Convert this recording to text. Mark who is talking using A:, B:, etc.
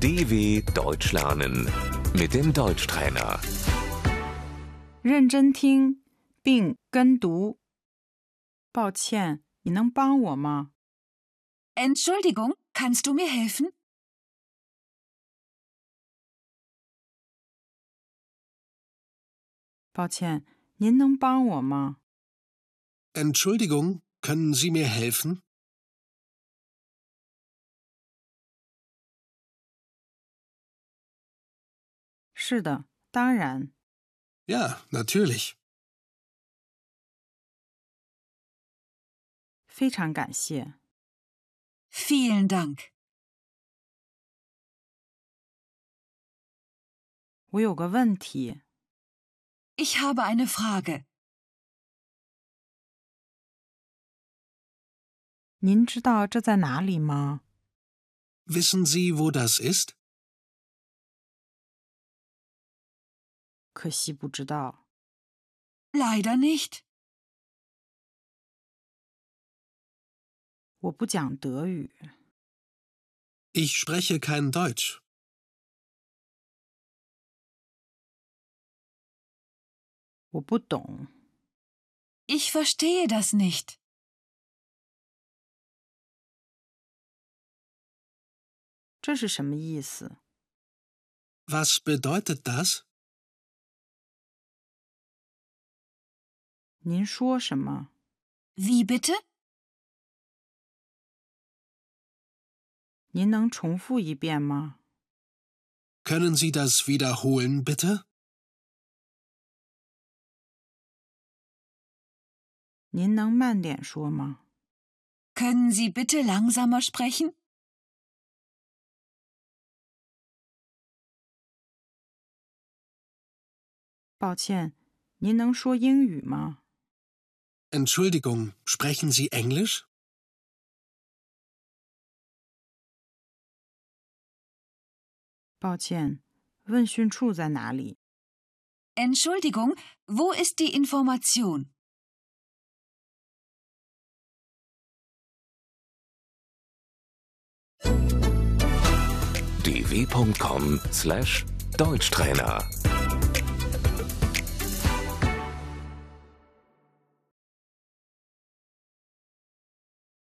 A: DW Deutsch lernen mit dem Deutschtrainer.
B: 认真听并跟读。抱歉，你能帮我吗？
C: Entschuldigung, kannst du mir helfen?
B: 抱歉，您能帮我吗？
D: Entschuldigung, können Sie mir helfen?
B: 是的，当然。
D: Ja, natürlich.
B: 非常感谢。
C: Vielen Dank.
B: 我有个问题，
C: Ich habe eine Frage.
B: 您知道这在哪里吗？
D: Wissen Sie, wo das ist?
B: 可惜不知道。
C: Leider nicht.
B: 我不讲德语。
D: Ich spreche kein Deutsch.
B: 我不懂。
C: Ich verstehe das nicht.
B: 这是什么意思？
D: Was bedeutet das?
B: 您说什么？
C: Wie bitte?
B: 您能重复一遍吗？
D: Können Sie das wiederholen, bitte?
B: 您能慢点说吗？
C: Können Sie bitte langsamer sprechen?
B: 抱歉，您能说英语吗？
D: Entschuldigung, sprechen Sie Englisch?
B: 抱歉，问讯处在哪里？
C: Entschuldigung, wo ist die Information?
A: dw.com/deutschtrainer